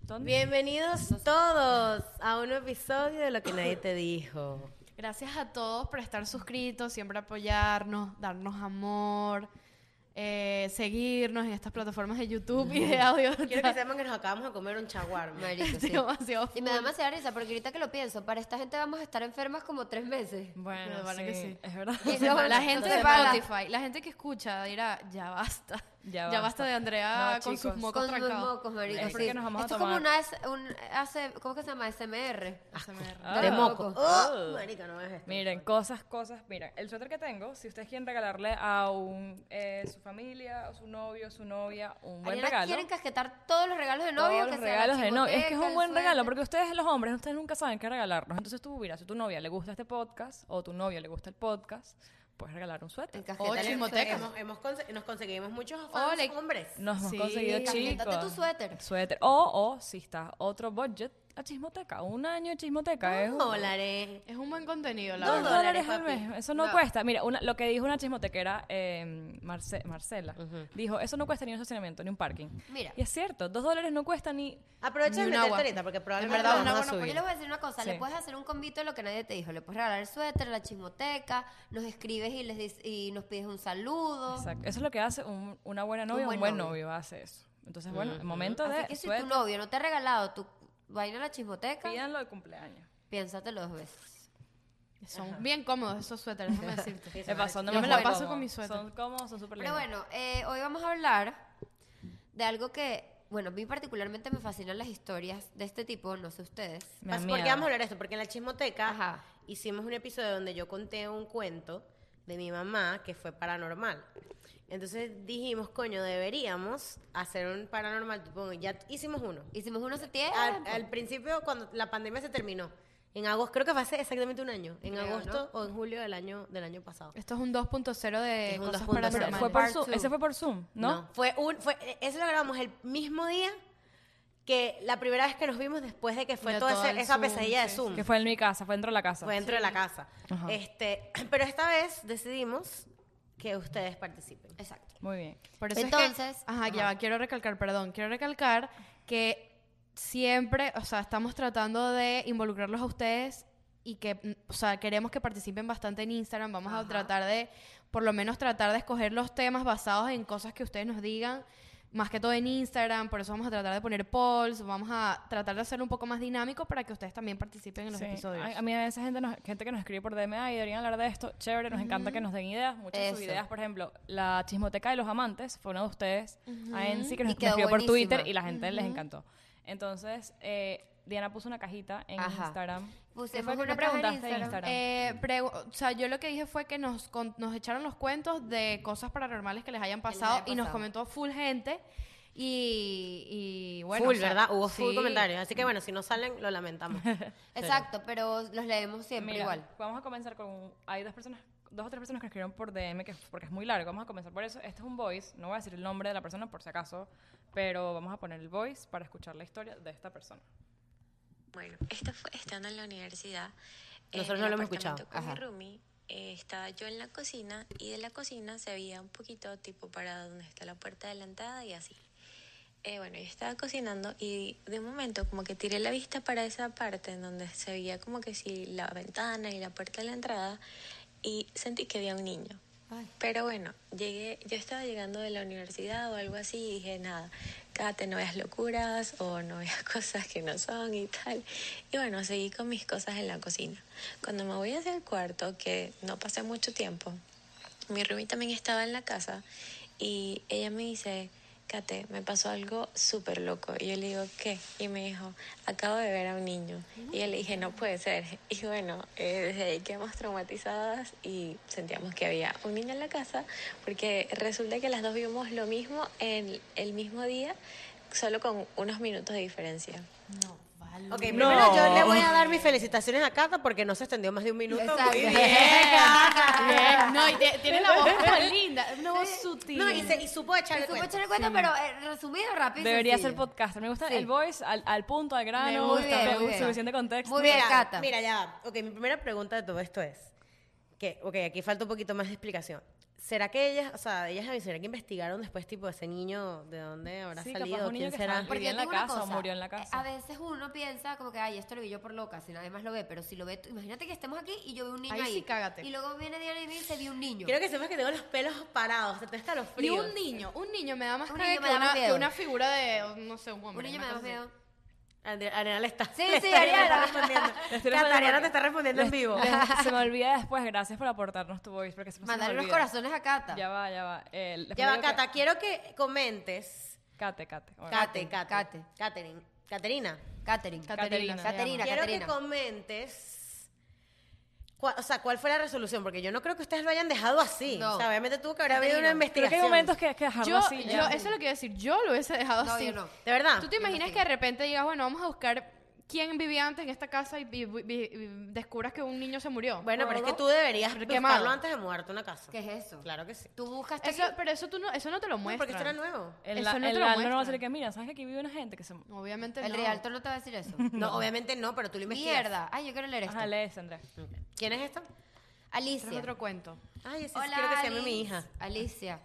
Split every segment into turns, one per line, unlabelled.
montón.
Bienvenidos todos a un episodio de Lo que nadie te dijo.
Gracias a todos por estar suscritos, siempre apoyarnos, darnos amor, eh, seguirnos en estas plataformas de YouTube y de audio.
Quiero que sepan que nos acabamos de comer un chaguar,
Marico, sí.
demasiado
Y me
full.
da demasiada risa porque ahorita que lo pienso, para esta gente vamos a estar enfermas como tres meses.
De
Bueno,
verdad
sí,
que sí.
es verdad.
Y
No,
bueno,
la gente de
entonces, para-
Spotify, la gente que escucha dirá, ya basta. Ya
Ya
basta,
basta.
de Andrea
No,
con sus
chicos.
mocos
Con sus
trancados.
mocos, marico.
Es porque
sí.
nos vamos a
Esto
tomar-
es como una, S- un, AC ¿cómo que se llama? SMR.
ASMR.
Ah.
De
De
moco.
moco.
Oh, marica, no es esto.
Miren, cosas, cosas. Miren, el suéter que tengo, si ustedes quieren regalarle a un, eh, su familia, o su novio, su novia, un buen
Ariana,
regalo.
quieren casquetar todos los regalos de novio.
todos
que
los
sea la
regalos de novio. Es que es
chimoteca,
un
el
buen regalo,
suéter.
porque ustedes, los hombres, ustedes nunca saben qué regalarnos. Entonces tú, mira, si tu novia le gusta este podcast o tu novio le gusta el podcast, puedes regalar un suéter.
Encasquétale
Oye,
el
mo-
Entonces,
Chismoteca.
hemos- hemos conse- nos conseguimos muchos fans
Ole.
hombres.
Nos hemos
Sí.
conseguido
Tarjeta
chicos.
de tu suéter.
Suéter. O, o, si está otro budget, a chismoteca. Un año de chismoteca. es un-
Dólares.
Es un buen contenido, la
Dos
Dos
verdad.
dólares,
dólares,
al
papi.
mes. Eso no,
No.
cuesta. Mira, una- lo que dijo una chismotequera, eh, Marce- Marcela, dijo, eso no cuesta ni un estacionamiento, ni un parking.
Mira.
Y es cierto, dos dólares no cuesta ni...
Aprovecha
Ni
de
un
meterte
agua.
ahorita porque probablemente
En verdad,
lo
un
vamos
agua
a
no
Yo
subir.
les voy a decir una cosa, le
Sí.
puedes hacer un convito de lo que nadie te dijo, le puedes regalar el suéter, la chismoteca, nos escribes y les dices- y nos pides un saludo.
Exacto. Eso es lo que hace un- una buena novia, un buen,
buen novio.
novio. hace eso. Entonces, bueno, el momento de...
Así que si
suerte,
tu novio no te ha regalado tu vaina a la chismoteca,
pídanlo de cumpleaños.
piénsatelo dos veces.
Son bien cómodos esos suéteres, déjame decirte.
Me pasó, no
Yo me
me
la
acuerdo.
paso con mi suéter.
Son cómodos, son súper
Pero
lindos.
bueno, eh, hoy vamos a hablar de algo que, bueno, a mí particularmente me fascinan las historias de este tipo, no sé ustedes.
Me da
Pas- Pues, ¿Por qué
miedo.
vamos a hablar de esto? Porque en la chismoteca
Ajá.
hicimos un episodio donde yo conté un cuento de mi mamá que fue paranormal. Entonces dijimos, coño, deberíamos hacer un paranormal. tipo, ya hicimos uno.
Hicimos uno hace tiempo.
Al, al principio, cuando la pandemia se terminó, en agosto, creo que fue hace exactamente un año, en
Creo,
agosto o en julio del año, del año pasado.
Esto es un 2.0 de
Es un
cosas
2.0.
Pero
paranormales.
fue por
Part
Zoom.
two.
Ese fue por Zoom, ¿no?
Fue un, fue, eso lo grabamos el mismo día que la primera vez que nos vimos después de que fue
De
toda
todo
ese-
el
esa
Zoom,
pesadilla de
sí,
Zoom.
Que fue en mi casa, fue dentro de la casa.
Fue dentro de la casa.
Ajá.
Este, pero esta vez decidimos que ustedes participen.
Exacto.
Muy bien.
Por eso
Entonces,
es que, ajá, ya va, quiero recalcar, perdón, quiero recalcar que siempre, o sea, estamos tratando de involucrarlos a ustedes y que, mm, o sea, queremos que participen bastante en Instagram. Vamos a tratar de, por lo menos, tratar de escoger los temas basados en cosas que ustedes nos digan. Más que todo en Instagram, por eso vamos a tratar de poner polls, vamos a tratar de hacerlo un poco más dinámico para que ustedes también participen en los
Sí.
episodios.
Ay, A, mí a veces gente, nos- gente que nos escribe por DM, y deberían hablar de esto, chévere, nos encanta que nos den ideas, muchas de sus
Eso.
ideas, por ejemplo, la chismoteca de los amantes, fue una de ustedes, a Ensi, que nos,
Y
nos
quedó
escribió por
buenísima.
Twitter y la gente les encantó. Entonces, eh, Diana puso una cajita en
Ajá.
Instagram.
Pusimos
fue que
una
me
caja en
preguntaste en
Instagram.
Instagram?
Eh, pregu- o sea, yo lo que dije fue que nos, con- nos echaron los cuentos de cosas paranormales que les hayan
les
pasado,
hayan
y nos
pasado.
comentó full gente. Y, y bueno.
full,
o sea,
¿verdad? Hubo full
sí.
comentarios. Así que bueno, si no salen, lo lamentamos.
Exacto, pero los leemos siempre
Mira,
igual.
Vamos a comenzar con. un- Hay dos personas, dos o tres personas que escribieron por DM, que, porque es muy largo. Vamos a comenzar por eso. Este es un voice. No voy a decir el nombre de la persona por si acaso, pero vamos a poner el voice para escuchar la historia de esta persona.
Bueno, esto fue estando en la universidad. eh, en
Nosotros
el
no lo hemos
apartamento
escuchado,
Con mi
ajá.
roomie, eh, estaba yo en la cocina y de la cocina se veía un poquito tipo para donde está la puerta de la entrada y así. Eh, bueno, yo estaba cocinando y de un momento como que tiré la vista para esa parte en donde se veía como que si la ventana y la puerta de la entrada y sentí que había un niño. Pero bueno, llegué, yo estaba llegando de la universidad o algo así y dije, nada, Kate, no veas locuras o no veas cosas que no son y tal. Y bueno, seguí con mis cosas en la cocina. Cuando me voy hacia el cuarto, que no pasé mucho tiempo, mi roomie también estaba en la casa y ella me dice, Kate, me pasó algo súper loco. Y yo le digo, ¿qué? Y me dijo, acabo de ver a un niño. Y yo le dije, no puede ser. Y bueno, eh, desde ahí quedamos traumatizadas y sentíamos que había un niño en la casa porque resulta que las dos vimos lo mismo en el mismo día, solo con unos minutos de diferencia.
No, vale.
Ok,
No.
primero yo le voy a dar mis felicitaciones a Cata porque no se extendió más de un minuto.
Exacto.
Muy bien.
Bien. No, y te- tiene la voz como linda, una voz sutil.
No, y, se- y supo echar
Se
el
supo
cuento.
echar el cuento, pero eh, resumido, rápido. y
Debería
sencillo.
ser podcaster. Me gusta
Sí.
el voice al, al punto, al grano,
gusta,
con
muy bien.
suficiente contexto.
Muy bien,
Mira,
Cata.
mira, ya va. Ok, mi primera pregunta de todo esto es que, ok, aquí falta un poquito más de explicación. ¿Será que ellas, o sea, ellas será que investigaron después, tipo, ese niño de dónde habrá
Sí, capaz
salido?
un niño
¿Quién
que
será?
estaba Vivió en la
te digo una
casa o murió en la casa.
eh, A veces uno piensa como que, ay, esto lo vi yo por loca, si nadie más lo ve, pero si lo ve, tú- imagínate que estemos aquí y yo veo un niño ahí.
Ahí sí, cágate.
Y luego viene Diana y me dice, vi un niño.
Quiero que sepas que tengo los pelos parados, te está los
Y
fríos.
un niño, un niño me da más
Un
cague
niño me
que,
da más
una, que
miedo.
una figura de, no sé, un hombre.
un niño me
una
da
cosa así.
miedo.
Ariana le está.
Sí,
le
sí,
está- le está
Ariana.
respondiendo.
Le estoy
Cata,
respondiendo
Ariana
porque-
te está respondiendo en vivo.
Les- se me olvida después, gracias por aportarnos tu voice. Porque siempre se me
Mandar unos
olvida.
corazones a Cata.
Ya va, ya va. Eh, después
Ya va,
digo que-
Cata, quiero que comentes.
Cate, Cate. Bueno.
Cate,
Cate,
Cate.
Cate.
Caterin- Caterina.
Catherine.
Caterina.
Caterina,
Quiero
Caterina.
que comentes. cua- o sea, ¿cuál fue la resolución? Porque yo no creo que ustedes lo hayan dejado así.
No.
O sea, obviamente tuvo que haber habido
Caterina.
una
Creo que
Creo que hay
investigación.
momentos que es que dejarlo
Yo,
así.
yo-
ya.
eso es lo que iba a decir, yo lo hubiese dejado
No,
así.
yo no.
¿De verdad?
¿Tú te imaginas que de repente digas, bueno, vamos a buscar quién vivía antes en esta casa y, vi- vi- vi- y descubras que un niño se murió?
Bueno, pero es que tú deberías
Pero
buscarlo
quemado.
antes de mudarte a una casa.
¿Qué es eso?
Claro que sí.
Tú buscas
eso, pero eso, tú no, eso no te lo
No,
muestran.
porque esto era nuevo.
En
Eso
la,
no te
en
lo
la no va a
muestran.
ser que, mira, ¿sabes que aquí vive una gente que se...
Obviamente
El
no.
realtor no te va a decir eso.
No, obviamente no, pero tú lo investigas.
Mierda. Ay, yo quiero leer esto.
Ajá, lees, Andrés.
¿Quién es esta?
Ese es
Alicia.
otro cuento.
Ay, ese
Hola,
quiero que se llame
Alice.
mi hija.
Alicia.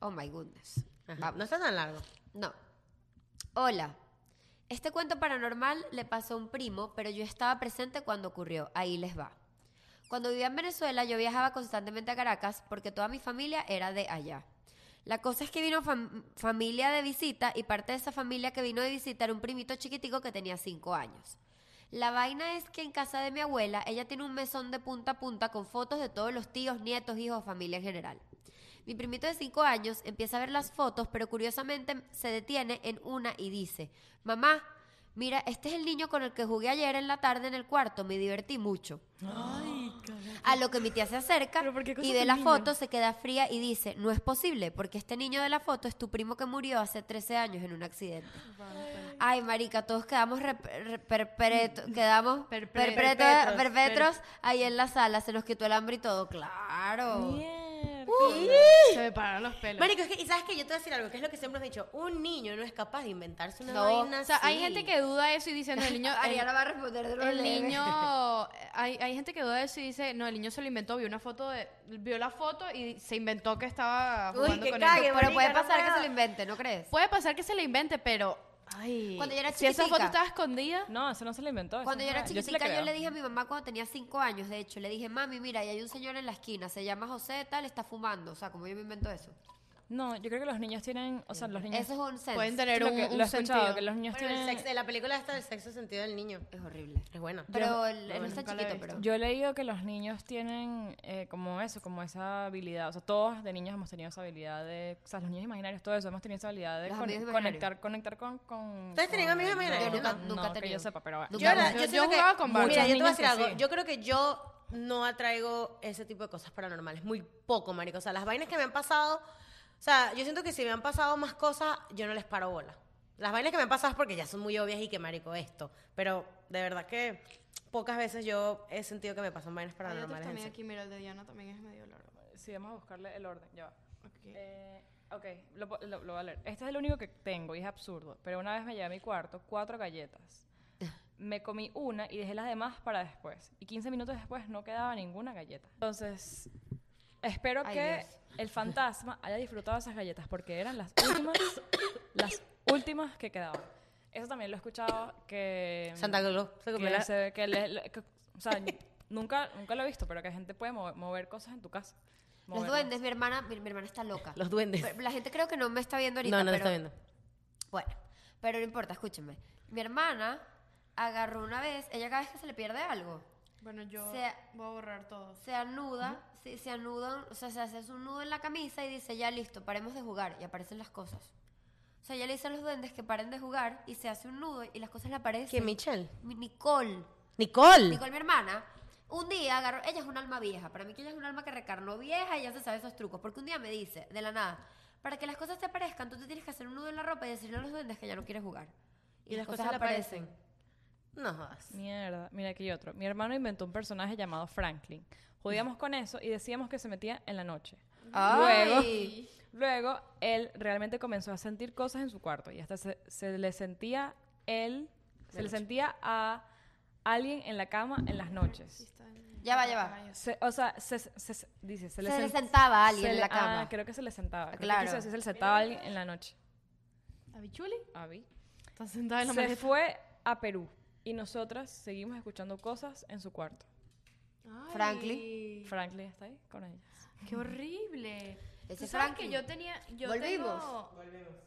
Oh my goodness.
Ajá.
Vamos.
No está tan largo.
No. Hola. Este cuento paranormal le pasó a un primo, pero yo estaba presente cuando ocurrió. Ahí les va. Cuando vivía en Venezuela, yo viajaba constantemente a Caracas porque toda mi familia era de allá. La cosa es que vino fam- familia de visita y parte de esa familia que vino de visita era un primito chiquitico que tenía cinco años. La vaina es que en casa de mi abuela, ella tiene un mesón de punta a punta con fotos de todos los tíos, nietos, hijos, familia en general. Mi primito de 5 años empieza a ver las fotos, pero curiosamente se detiene en una y dice, mamá, mira, este es el niño con el que jugué ayer en la tarde en el cuarto, me divertí mucho. A lo que mi tía se acerca
¿Pero por qué cosa
y ve
tan
la
niño?
foto, se queda fría y dice, no es posible, porque este niño de la foto es tu primo que murió hace 13 años en un accidente. Ay, marica, todos quedamos rep- re- perpetu- quedamos
Perpre-
perpetu-
perpetros,
perpetros ahí en la sala, se nos quitó el hambre y todo, claro.
Mierda.
Se me pararon los pelos.
Marico, es que, y sabes que yo te voy a decir algo, que es lo que siempre hemos dicho, un niño no es capaz de inventarse una
No,
vaina
o sea, hay
así.
gente que duda eso y dice, no, el niño... el-
Ariana va a responder de
El niño, hay, hay gente que duda de eso y dice, no, el niño se lo inventó, vio una foto de, vio la foto y se inventó que estaba
Uy,
jugando
que
con
cague,
él.
Pero puede
marica, no
pasar que
puedo.
se lo invente, ¿no crees?
Puede pasar que se la invente, pero ay,
Cuando yo era
si esa
chiquitica.
foto estaba escondida,
No, eso no se lo inventó. eso
Cuando
es
yo era
real. sí
chiquitica, yo
creo.
le dije a mi mamá cuando tenía cinco años, de hecho, le dije, mami, mira, ahí hay un señor en la esquina, se llama José, tal, está fumando. O sea, como yo me invento eso.
No, yo creo que los niños tienen... O sea, los niños...
Eso es un sense.
pueden tener
lo
un,
que-
un
lo he
sentido.
escuchado, que los niños
Bueno, el
tienen...
sexo- la película esta del sexo sentido del niño.
Es horrible.
Es buena.
Pero él,
no,
él no está
nunca la he
chiquito,
visto.
pero...
Yo he leído que los niños tienen eh, como eso, como esa habilidad. O sea, todos de niños hemos tenido esa habilidad de. O sea, los niños imaginarios, todo eso, hemos tenido esa habilidad de
Los
con-
amigos imaginarios.
conectar, conectar con. con
¿Ustedes tenían
con-
amigos imaginarios?
No,
Yo nunca-
nunca he
no, que yo
tenido.
sepa, pero.
Nunca.
Yo, era-
Yo-
yo
yo
siento que-
jugaba con
Mira,
Barbie.
yo te voy a decir
Muchos niños que
algo.
sí.
Yo creo que yo no atraigo ese tipo de cosas paranormales. Muy poco, marico. O sea, las vainas que me han pasado... O sea, yo siento que si me han pasado más cosas, yo no les paro bola. Las vainas que me han pasado es porque ya son muy obvias y que, marico, esto. Pero de verdad que pocas veces yo he sentido que me pasan vainas
Hay otros
paranormales. en
también
serio.
aquí, mira, el de Diana también es medio largo.
Sí, vamos a buscarle el orden, ya va. Eh, ok, lo, po- lo- lo voy a leer. Este es el único que tengo y es absurdo. Pero una vez me llevé a mi cuarto cuatro galletas. Me comí una y dejé las demás para después. Y 15 minutos después no quedaba ninguna galleta. Entonces, espero
Ay,
que
Dios.
el fantasma haya disfrutado esas galletas porque eran las últimas, las últimas que quedaban. Eso también lo he escuchado que...
Santa Claus. se comió
que
la-
se- que le- le- que- o sea, nunca, nunca lo he visto, pero que gente puede mover, mover cosas en tu casa.
Los
Moverlas.
duendes, mi hermana, mi, mi hermana está loca.
Los duendes.
Pero La gente creo que no me está viendo ahorita.
No, no te
pero-
está viendo.
Bueno, pero no importa, escúchenme. Mi hermana agarró una vez, ella cada vez que se le pierde algo,
Bueno, yo
Se- Ah.
voy a borrar todo.
se anuda, se, se anuda, o sea, se hace un nudo en la camisa y dice, ya listo, paremos de jugar, y aparecen las cosas. O sea, ya le dice a los duendes que paren de jugar y se hace un nudo y las cosas le aparecen.
¿Quién, Michelle?
Mi- Nicole.
Nicole.
Nicole, mi hermana, un día agarró, ella es un alma vieja, para mí que ella es un alma que recarnó vieja y ya se sabe esos trucos, porque un día me dice, de la nada, para que las cosas te aparezcan, tú te tienes que hacer un nudo en la ropa y decirle a los duendes que ya no quieres jugar.
Y las cosas le aparecen. No jodas.
Mierda, mira aquí hay otro. Mi hermano inventó un personaje llamado Franklin. Jodíamos con eso y decíamos que se metía en la noche.
Ay.
Luego, luego él realmente comenzó a sentir cosas en su cuarto y hasta se, se le sentía él, se le sentía a alguien en la cama en las noches.
Ya va, ya va.
Se- o sea, se, se- se- dice, se,
Se le
sen-
sentaba a
se
alguien en
le-
la
ah,
cama.
creo que se le sentaba. Creo
Claro.
Que quiso decir, se le sentaba a alguien en la noche.
¿Abichuli?
Abi.
Está sentada en la
Se
maleta.
fue a Perú y nosotras seguimos escuchando cosas en su cuarto.
Franklin.
Franklin está ahí con ellas.
Qué horrible.
Ese
Tú sabes
es Franklin.
que yo tenía. Yo
Volvimos.
Tengo,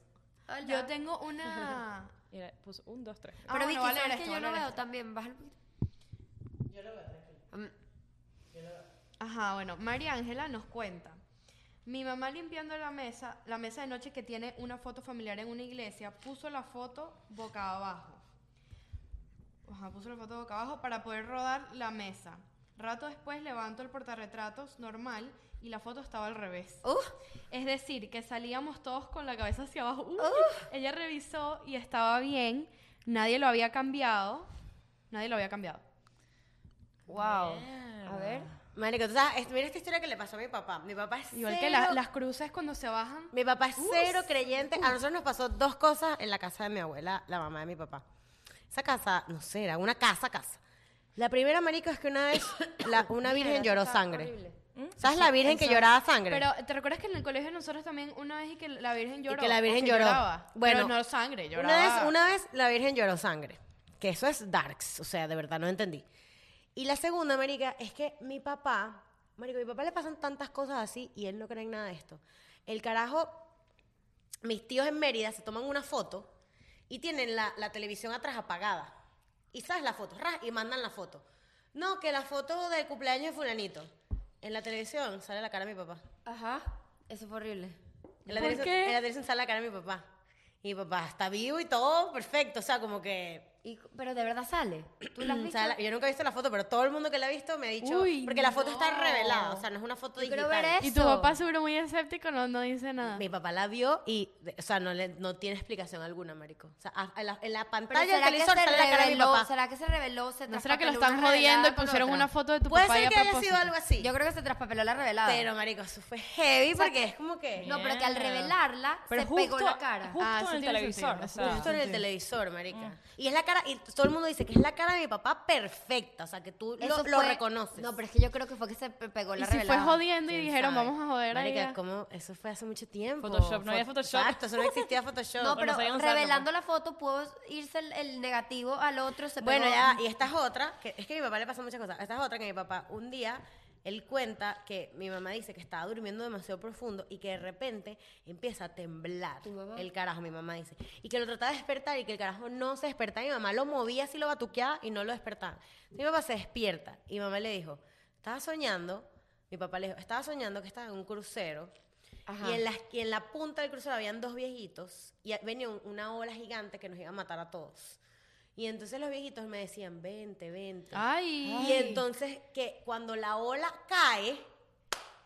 Ah,
Yo tengo una.
Y era- puso un, dos, tres.
Ah,
Pero
bueno,
Vicky,
voy a leer
¿sabes que
esto,
yo
voy a
no
leer
veo
esto.
también? Baja el poquito. Yo lo veo,
Ajá, bueno, María Ángela nos cuenta. Mi mamá limpiando la mesa, la mesa de noche que tiene una foto familiar en una iglesia, puso la foto boca abajo. Ajá, puso la foto boca abajo para poder rodar la mesa. Rato después levanto el portarretratos normal y la foto estaba al revés. Es decir, que salíamos todos con la cabeza hacia abajo. Uy, Ella revisó y estaba bien. Nadie lo había cambiado. Nadie lo había cambiado.
Wow. A ver.
Marico, tú sabes, es- mira esta historia que le pasó a mi papá. Mi papá es
Igual que
cero-
la- las cruces cuando se bajan.
Mi papá es cero creyente. A nosotros nos pasó dos cosas en la casa de mi abuela, la mamá de mi papá. Esa casa, no sé, era una casa, casa. La primera, marico, es que una vez la- una virgen lloró sangre. ¿Sabes la virgen que lloraba sangre?
Pero ¿te recuerdas que en el colegio nosotros también una vez y que la Virgen lloró?
que la
O
Virgen lloró.
lloraba?
Bueno,
Pero no sangre, lloraba.
Una vez, una vez la Virgen lloró sangre. Que eso es darks. O sea, de verdad no entendí. Y la segunda, Marica, es que mi papá, Marico, a mi papá le pasan tantas cosas así y él no cree en nada de esto. El carajo, mis tíos en Mérida se toman una foto y tienen la, la televisión atrás apagada. Y sabes la foto, ras, y mandan la foto. No, que la foto del cumpleaños de Fulanito. En la televisión sale la cara de mi papá.
Ajá. Eso fue horrible.
En la
¿Por
televisión-
qué?
en la televisión sale la cara de mi papá. Y mi papá está vivo y todo, perfecto. O sea, como que.
Y- pero de verdad sale. ¿Tú la has
o
visto?
sea, la- yo nunca he visto la foto, pero todo el mundo que la ha visto me ha dicho.
Uy,
porque la foto está
no.
revelada, o sea, no es una foto
Yo
digital.
quiero ver
Y tu
eso.
papá seguro muy escéptico no, no dice nada.
Mi papá la vio y, de- o sea, no, le, no tiene explicación alguna, marico. O sea, a- a la- en la
Pero
pantalla del
¿será que, se
televisor sale la cara de mi
reveló,
papá.
¿Será que se reveló? Se
¿No será que lo
traspapeló
están
una
jodiendo y
revelada con
pusieron
otra?
una foto de tu
Puede
papá y
ser
a
que haya
propósito?
sido algo así.
Yo creo que se traspapeló la revelada.
Pero, marico, eso fue heavy porque es como que.
no, pero que al revelarla
Pero
se
justo,
pegó la cara.
Justo
Ah, eso
en el
tiene
televisor.
sentido,
o sea,
Justo en el televisor, marica.
Mm.
Y es la cara, y todo el mundo dice que es la cara de mi papá perfecta, o sea, que tú lo-
Eso
lo,
fue-
reconoces.
No, pero es que yo creo que fue que se pe- pegó
Y
la
si fue
revelada.
jodiendo y
¿Quién
dijeron,
sabe?
vamos a joder a
Marica,
ella.
¿cómo? Eso fue hace mucho tiempo.
Photoshop, no había
Fo-
Photoshop.
Exacto, eso no existía Photoshop.
No,
no
pero
sabían usarlo,
revelando la foto pudo irse el, el negativo al otro. Se
Bueno,
pegó.
ya, y esta es otra, que es que a mi papá le pasan muchas cosas. Esta es otra que mi papá un día, él cuenta que mi mamá dice que estaba durmiendo demasiado profundo y que de repente empieza a temblar.
mamá?
El carajo, mi mamá dice. Y que lo trataba de despertar y que el carajo no se despertaba. Y mi mamá lo movía así, lo batuqueaba y no lo despertaba. Entonces, mi papá se despierta y mi mamá le dijo, estaba soñando, mi papá le dijo, estaba soñando que estaba en un crucero.
Ajá.
Y en, la, y en la punta del crucero habían dos viejitos y a- venía un- una ola gigante que nos iba a matar a todos. Y entonces los viejitos me decían, vente, vente.
Ay.
Y entonces que cuando la ola cae,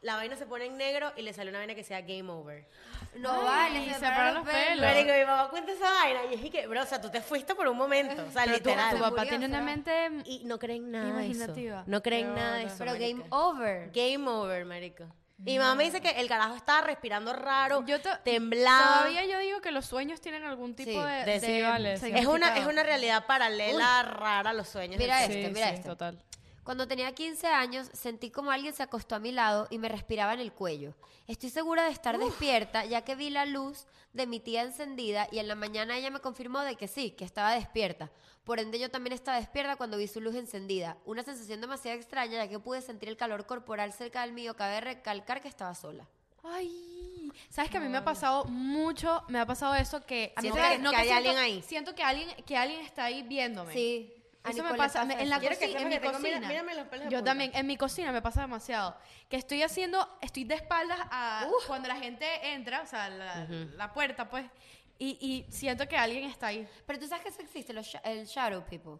la vaina se pone en negro y le sale una vaina que sea game over.
No
Ay,
vale, se
se
pararon
pararon
los
los
pelos.
pelos.
Marico, mi papá cuenta esa vaina y es que, bro, o sea, tú te fuiste por un momento, o sea,
Pero tu,
literal.
tu papá
murió,
tiene una
¿será?
mente...
Y no creen nada de eso.
Imaginativa.
No creen nada de eso,
Pero game
marica.
over.
Game over, marico. Y mi mamá me dice que el carajo estaba respirando raro,
Yo to-
temblaba.
Todavía yo digo que los sueños tienen algún tipo
Sí,
de,
de-
de
sí, vale, sí.
Es una, es
significado.
una realidad paralela, rara a los sueños.
Mira
del
este,
sí,
mira
sí,
este.
total.
Cuando tenía 15 años, sentí como alguien se acostó a mi lado y me respiraba en el cuello. Estoy segura de estar despierta, ya que vi la luz de mi tía encendida y en la mañana ella me confirmó de que sí, que estaba despierta. Por ende, yo también estaba despierta cuando vi su luz encendida. Una sensación demasiado extraña, ya que pude sentir el calor corporal cerca del mío. Cabe recalcar que estaba sola.
Ay, sabes que a mí me ha pasado mucho, me ha pasado eso que a mí
Siento
me-
que- que hay
siento-
alguien ahí.
Siento que alguien que alguien está ahí viéndome.
Sí. a
Eso
Nicole
me
le
pasa, me- en la
eso.
Quiero que
cocina,
sepas
en mi
que tengo- mira-
cocina.
mírame los pelos de
Yo
punta.
también en mi cocina me pasa demasiado que estoy haciendo estoy de espaldas a cuando la gente entra, o sea, la, la puerta pues y, y siento que alguien está ahí.
Pero tú sabes que eso existe, los sha- el shadow people.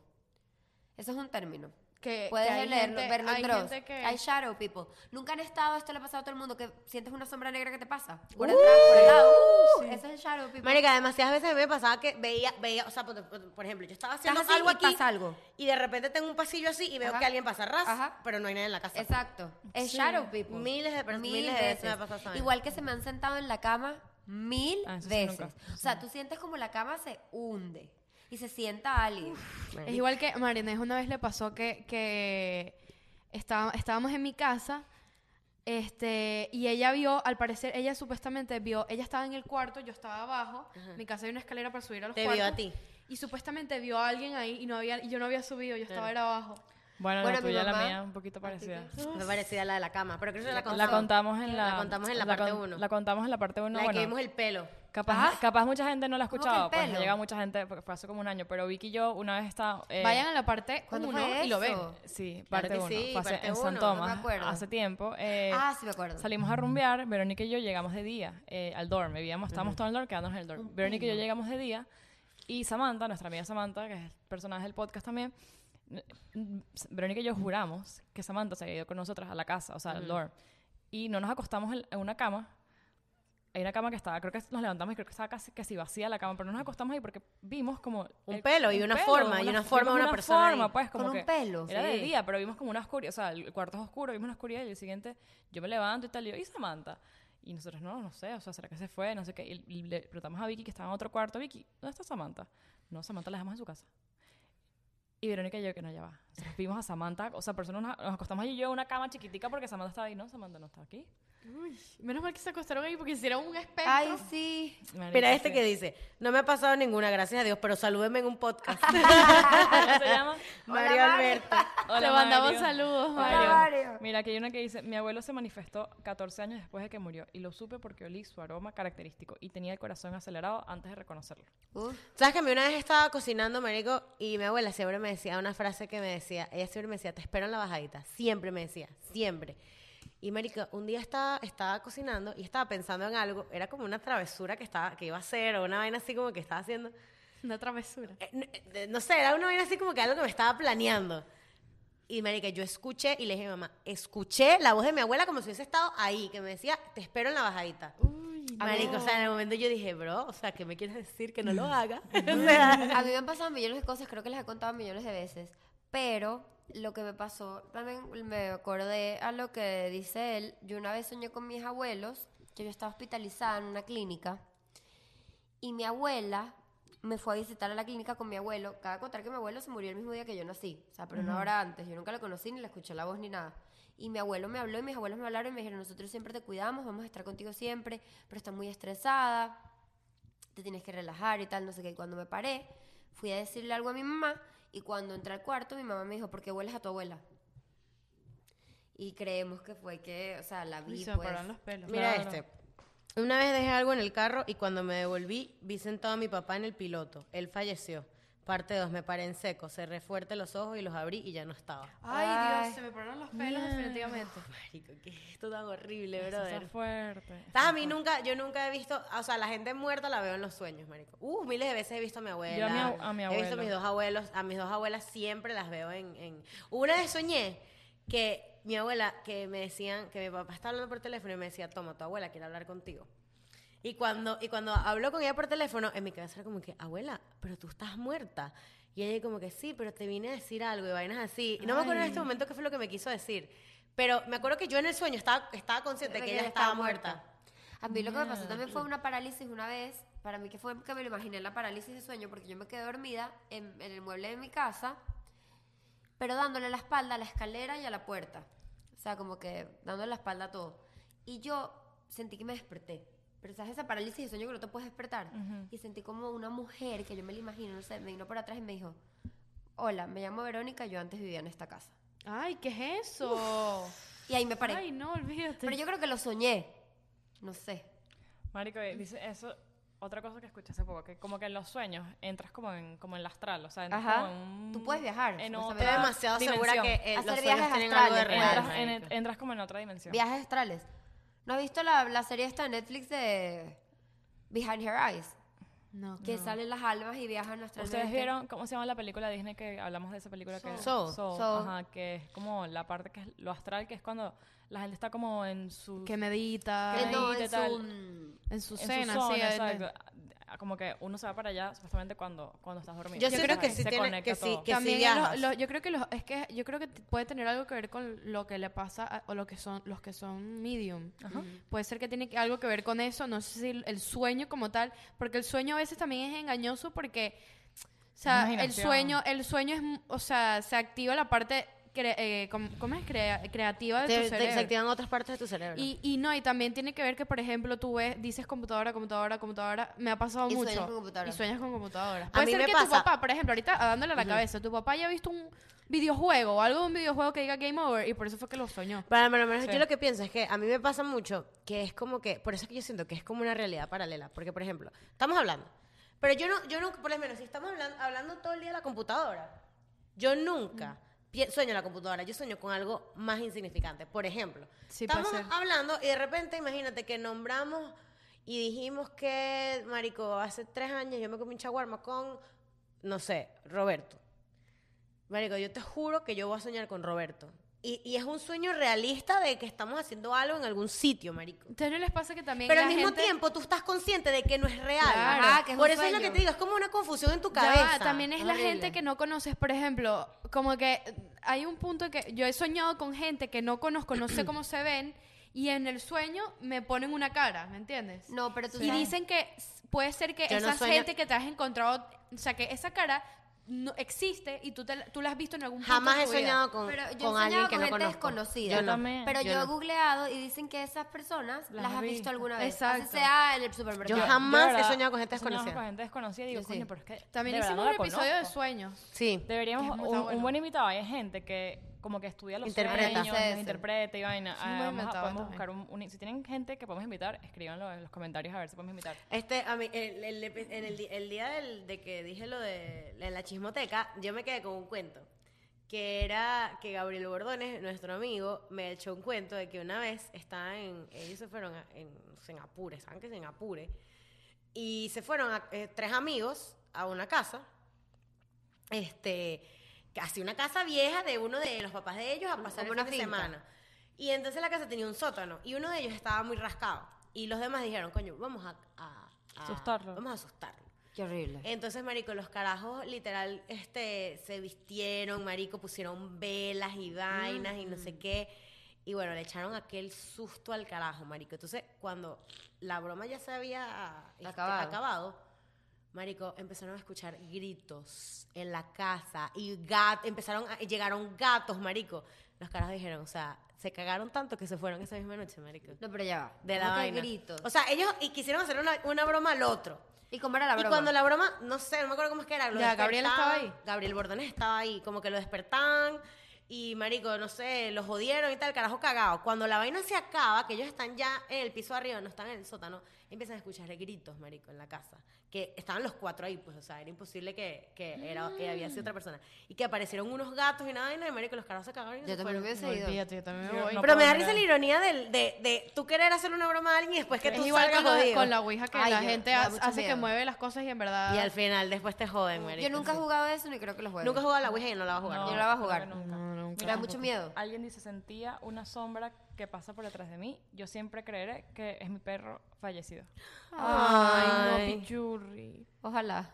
Eso es un término.
Que-
Puedes
que hay
leerlo,
gente-
verlo en
hay
Dross.
gente que-
Hay shadow people. Nunca han estado, esto le ha pasado a todo el mundo, que sientes una sombra negra que te pasa. Por detrás, por el lado. Uh, Ese es el shadow people.
Marica, demasiadas veces me pasaba que veía, veía, o sea, por, por- por ejemplo, yo estaba haciendo
Estás así
algo
y
aquí
pasa algo.
y de repente tengo un pasillo así y veo
Ajá.
que alguien pasa ras,
Ajá.
pero no hay nadie en la casa.
Exacto. Es shadow people.
Miles de pers-
Mil
miles de veces me ha pasado esa vaina.
Igual que se me han sentado en la cama mil
Ah, eso sí,
veces.
nunca.
O sea, tú sientes como la cama se hunde. y se sienta alguien.
Es igual que Marinés una vez le pasó que, que estaba- estábamos en mi casa este, y ella vio, al parecer, ella supuestamente vio, ella estaba en el cuarto, yo estaba abajo, en mi casa hay una escalera para subir a los
Te vio
cuartos.
a ti.
Y supuestamente vio a alguien ahí y no había, y yo no había subido, yo estaba era abajo.
Bueno,
Bueno,
la
mi
tuya y la
mamá-
mía, un poquito parecida.
Me parecía la de la cama, pero creo que la contamos.
La contamos en la,
uh, La contamos en la parte
con-
uno.
La contamos en la parte 1.
La que vimos el pelo.
Capaz, capaz mucha gente no la ha
¿Cómo que
escuchado,
el
pues
pelo?
ha llegado mucha gente, porque fue hace como un año, pero Vicky y yo una vez está eh,
Vayan a la parte
¿Cuándo
uno
fue
y lo ven.
eso?
Sí,
Claro
parte
que
1,
sí, parte
en
uno,
San
no me
Tomás,
acuerdo.
hace tiempo. eh,
Ah, sí me acuerdo.
Salimos a rumbear, Verónica y yo llegamos de día eh, al dorm, vivíamos, estábamos todos en el dorm, quedándonos en el dorm. Verónica y yo llegamos de día y Samantha, nuestra amiga Samantha, que es el personaje del podcast también, n- n- Verónica y yo juramos que Samantha se había ido con nosotras a la casa, o sea, al dorm, y no nos acostamos en, en una cama. Hay una cama que estaba, creo que nos levantamos y creo que estaba casi que si vacía la cama, pero no nos acostamos ahí porque vimos como.
Un pelo y una forma, y una forma de
vimos
una persona
forma,
ahí.
pues, como
Con un
que
pelo,
Era de
sí.
día, pero vimos como una oscuridad, o sea, el cuarto es oscuro, vimos una oscuridad y el siguiente yo me levanto y tal, y yo, ¿y Samantha? Y nosotros, no, no sé, o sea, ¿será que se fue? No sé qué. Y y le preguntamos a Vicky que estaba en otro cuarto, Vicky, ¿dónde está Samantha? No, Samantha la dejamos en su casa. Y Verónica y yo, que no, ya va. O sea, vimos a Samantha, o sea, personas nos, nos acostamos allí y yo en una cama chiquitica porque Samantha estaba ahí, no, Samantha no estaba aquí.
Menos mal que se acostaron ahí porque hicieron un espectro.
Ay, sí.
Mira este que dice, no me ha pasado ninguna, gracias a Dios, pero salúdenme en un podcast.
¿Cómo se llama?
Mario Alberto.
Te mandamos saludos,
Hola,
Mario.
Mario.
Mira, aquí hay una que dice, mi abuelo se manifestó 14 años después de que murió y lo supe porque olí su aroma característico y tenía el corazón acelerado antes de reconocerlo.
Uf.
¿Sabes que a mí una vez estaba cocinando, marico, y mi abuela siempre me decía una frase que me decía, ella siempre me decía, te espero en la bajadita, siempre me decía, siempre. Y marico, un día estaba, estaba cocinando y estaba pensando en algo, era como una travesura que, estaba, que iba a hacer o una vaina así como que estaba haciendo.
Una travesura.
Eh, no, eh, no sé, era una vaina así como que algo que me estaba planeando. Y marica, yo escuché y le dije a mi mamá, escuché la voz de mi abuela como si hubiese estado ahí, que me decía, te espero en la bajadita. marico, o sea, en el momento yo dije, bro, o sea, ¿qué me quieres decir? Que no lo haga. o sea,
A mí me han pasado millones de cosas, creo que les he contado millones de veces. Pero lo que me pasó, también me acordé a lo que dice él. Yo una vez soñé con mis abuelos, que yo estaba hospitalizada en una clínica. Y mi abuela me fue a visitar a la clínica con mi abuelo. Cabe contar que mi abuelo se murió el mismo día que yo nací. O sea, pero una hora antes. Yo nunca lo conocí ni le escuché la voz ni nada. Y mi abuelo me habló y mis abuelos me hablaron y me dijeron, nosotros siempre te cuidamos, vamos a estar contigo siempre, pero estás muy estresada te tienes que relajar y tal, no sé qué. Y cuando me paré, fui a decirle algo a mi mamá y cuando entré al cuarto, mi mamá me dijo, ¿por qué hueles a tu abuela? Y creemos que fue que, o sea, la
Uy,
vi,
se me
pues.
pararon los pelos.
Mira
Claro.
este. Una vez dejé algo en el carro y cuando me devolví vi sentado a mi papá en el piloto. Él falleció. Parte 2, me paré en seco, cerré fuerte los ojos y los abrí y ya no estaba.
Ay,
Ay.
Dios, se me pararon los pelos definitivamente.
Marico, ¿qué es esto tan horrible,
Eso está
brother?
fuerte.
¿Sabes? A mí nunca, yo nunca he visto, o sea, la gente muerta la veo en los sueños, marico. Uh, miles de veces he visto a mi abuela.
Yo a mi ab- a mi
He visto a
abuelo.
mis dos abuelos, a mis dos abuelas siempre las veo en, en... Una vez soñé que mi abuela, que me decían, que mi papá estaba hablando por teléfono y me decía, toma, tu abuela quiere hablar contigo. Y cuando, y cuando habló con ella por teléfono, en mi cabeza era como que, abuela, pero tú estás muerta. Y ella como que, sí, pero te vine a decir algo y vainas así. Y no me acuerdo en este momento qué fue lo que me quiso decir. Pero me acuerdo que yo en el sueño estaba, estaba consciente que ella estaba muerta. Mm,
A mí lo que me pasó también fue una parálisis una vez, para mí que fue que me lo imaginé la parálisis de sueño, porque yo me quedé dormida en, en el mueble de mi casa, pero dándole la espalda a la escalera y a la puerta. O sea, como que dándole la espalda a todo. Y yo sentí que me desperté. Pero sabes esa parálisis de sueño que no te puedes despertar. Y sentí como una mujer que yo me la imagino, no sé, me vino por atrás y me dijo, hola, me llamo Verónica, yo antes vivía en esta casa.
Ay, ¿qué es eso?
Y ahí me paré.
Ay, no, olvídate.
pero yo creo que lo soñé. No sé.
Marico, eh, dice eso, otra cosa que escuché hace poco, que como que en los sueños entras como en, como en el astral, o sea, entras
Ajá.
como en un-
Tú puedes viajar,
En
supuestamente.
otra
Estoy demasiado segura
dimensión.
que eh,
Hacer
los
viajes
sueños tienen algo de
astrales,
real.
entras, en-
marico.
entras como en otra dimensión.
Viajes astrales. ¿No has visto la, la serie esta de Netflix de Behind Her Eyes?
No.
Que salen las almas y viajan astralmente.
¿Ustedes vieron cómo se llama la película de Disney que hablamos de esa película que
Soul.
Soul,
Soul.
ajá, que es como la parte que es lo astral, que es cuando la gente está como en su
Que medita.
Que no,
Ahí,
es
tal.
un...
En su
en su
cena,
zona,
sí. en-
exacto. Ah, Como que uno se va para allá supuestamente cuando, cuando estás dormido.
Yo
Como
creo que
sí
se
tiene-
conecta
que sí,
todo.
que-
también
si
en los-
viajas.
los- yo creo que los, es que yo creo que t- puede tener algo que ver con lo que le pasa a- o lo que son los que son medium. Mm. Puede ser que tiene que- algo que ver con eso, no sé si el, el sueño como tal, porque el sueño a veces también es engañoso porque O sea, el
Imaginación.
sueño, el sueño es, m- o sea, se activa la parte, cre- eh, com- ¿cómo es? Crea- creativa de
Te-
tu
te-
cerebro.
se activan otras partes de tu cerebro.
Y, y no, y también tiene que ver que, por ejemplo, tú ves, dices computadora, computadora, computadora. Me ha pasado
Y
mucho.
sueñas con computadora.
Y sueñas con computadora.
A
Puede
mí
ser
me
que tu
pasa-
papá, por ejemplo, ahorita ah, dándole a la cabeza, tu papá ya ha visto un videojuego o algo de un videojuego que diga game over y por eso fue que lo soñó.
Para por lo menos
Sí.
yo lo que pienso es que a mí me pasa mucho que es como que, por eso es que yo siento que es como una realidad paralela, porque por ejemplo, estamos hablando, pero yo no, yo nunca, por lo menos si estamos hablando, hablando todo el día de la computadora, yo nunca pie- sueño en la computadora, yo sueño con algo más insignificante, por ejemplo,
Sí, puede
estamos
ser.
hablando y de repente imagínate que nombramos y dijimos que, marico, hace tres años yo me comí un chaguarma con, no sé, Roberto. Marico, yo te juro que yo voy a soñar con Roberto. Y, y es un sueño realista de que estamos haciendo algo en algún sitio, marico.
Entonces no les pasa que también
Pero al
la
mismo
gente-
tiempo tú estás consciente de que no es real.
Claro.
Ajá, que es un
Por eso es lo
sueño.
que te digo, es como una confusión en tu
Ya va,
cabeza.
también es
es
la
horrible.
gente que no conoces, por ejemplo, como que hay un punto que yo he soñado con gente que no conozco, no sé cómo se ven, y en el sueño me ponen una cara, ¿me entiendes?
No, pero tú
Y
sabes-
dicen que s- puede ser que
Yo no
esa
sueño-
gente que te has encontrado, o sea, que esa cara no existe y tú, te la- tú la has visto en algún punto
Jamás
de
he
tu vida.
soñado con,
Pero yo he
con
soñado
alguien
con
que no
gente
conozco.
desconocida.
Yo
Yo
no.
también.
Pero yo,
yo
he
no.
googleado y dicen que esas personas
Las
las,
has
has visto
visto.
alguna vez.
Exacto.
Así sea en el supermercado.
Yo jamás he soñado con gente
He soñado con
desconocida.
gente desconocida y digo,
Yo sí.
coño, pero es que.
También
de verdad
hicimos
no
un
la
episodio de
conozco".
sueños.
Sí.
Deberíamos,
Es muy
un,
bueno.
un buen invitado, hay gente que como que estudia los
Interpreta.
sueños,
Sí,
los
sí.
interpreta y vaina.
Es un
Ah,
buen
vamos a-
invitado
podemos
también.
buscar un, un- si tienen gente que podemos invitar, escríbanlo en los comentarios a ver si podemos invitar.
Este, a mí, el, el- en el, di- el día del- de que dije lo de de la chismoteca, yo me quedé con un cuento. Que era que Gabriel Bordones, nuestro amigo, me echó un cuento de que una vez estaban en. Ellos se fueron a- en Singapur, ¿saben que Singapur? Y se fueron a- eh, tres amigos a una casa. Este. Casi una casa vieja de uno de los papás de ellos a pasar
Como
el
una
fin de
finca.
semana. Y entonces la casa tenía un sótano y uno de ellos estaba muy rascado. Y los demás dijeron, coño, vamos a, a- a-
Asustarlo.
Vamos a asustarlo.
Qué horrible.
Entonces, marico, los carajos literal este, se vistieron, marico, pusieron velas y vainas y no sé qué. Y bueno, le echaron aquel susto al carajo, marico. Entonces, cuando la broma ya se había este,
Acabado.
acabado, marico, empezaron a escuchar gritos en la casa y gat empezaron a- llegaron gatos, marico. Los carajos dijeron, o sea, se cagaron tanto que se fueron esa misma noche, marico.
No, pero ya va.
De la
¿Cómo que
vaina.
gritos.
O sea, ellos y quisieron hacer una, una broma al otro.
¿Y cómo era la broma?
Y cuando la broma, no sé, no me acuerdo cómo es que era. lo
Ya, Gabriel estaba
despertaban, Gabriel Bordones estaba ahí, como que lo despertaban y marico, no sé, lo jodieron y tal, carajo cagado. Cuando la vaina se acaba, que ellos están ya en el piso arriba, no están en el sótano, empiezan a escuchar gritos, marico, en la casa. Que estaban los cuatro ahí, pues, o sea, era imposible que, que, era, que había sido otra persona. Y que aparecieron unos gatos y una vaina, y marico, los carajos se cagaron y
Yo
se
también
fueron.
me hubiese ido.
Olvídate, yo también me
Yo
voy.
no
Pero me
puedo
da risa
creer.
la ironía del- de, de tú querer hacer una broma a alguien y después que
es
tú
igual
salgas
con, lo-
jodido.
con la Ouija que
Ay,
la
yo-
gente
me da
hace,
mucho
hace que
miedo.
mueve las cosas y en verdad...
Y al final, después te joden, marico.
Yo nunca he jugado eso ni creo que lo juego.
Nunca he jugado a la Ouija y no la va a jugar. Mm,
Yo no la voy a jugar.
creo que nunca.
No, nunca.
Me da mucho miedo.
Alguien dice, sentía una sombra que pasa por detrás de mí. Yo siempre creeré que es mi perro fallecido.
Ay, no,
pichurri.
Ojalá.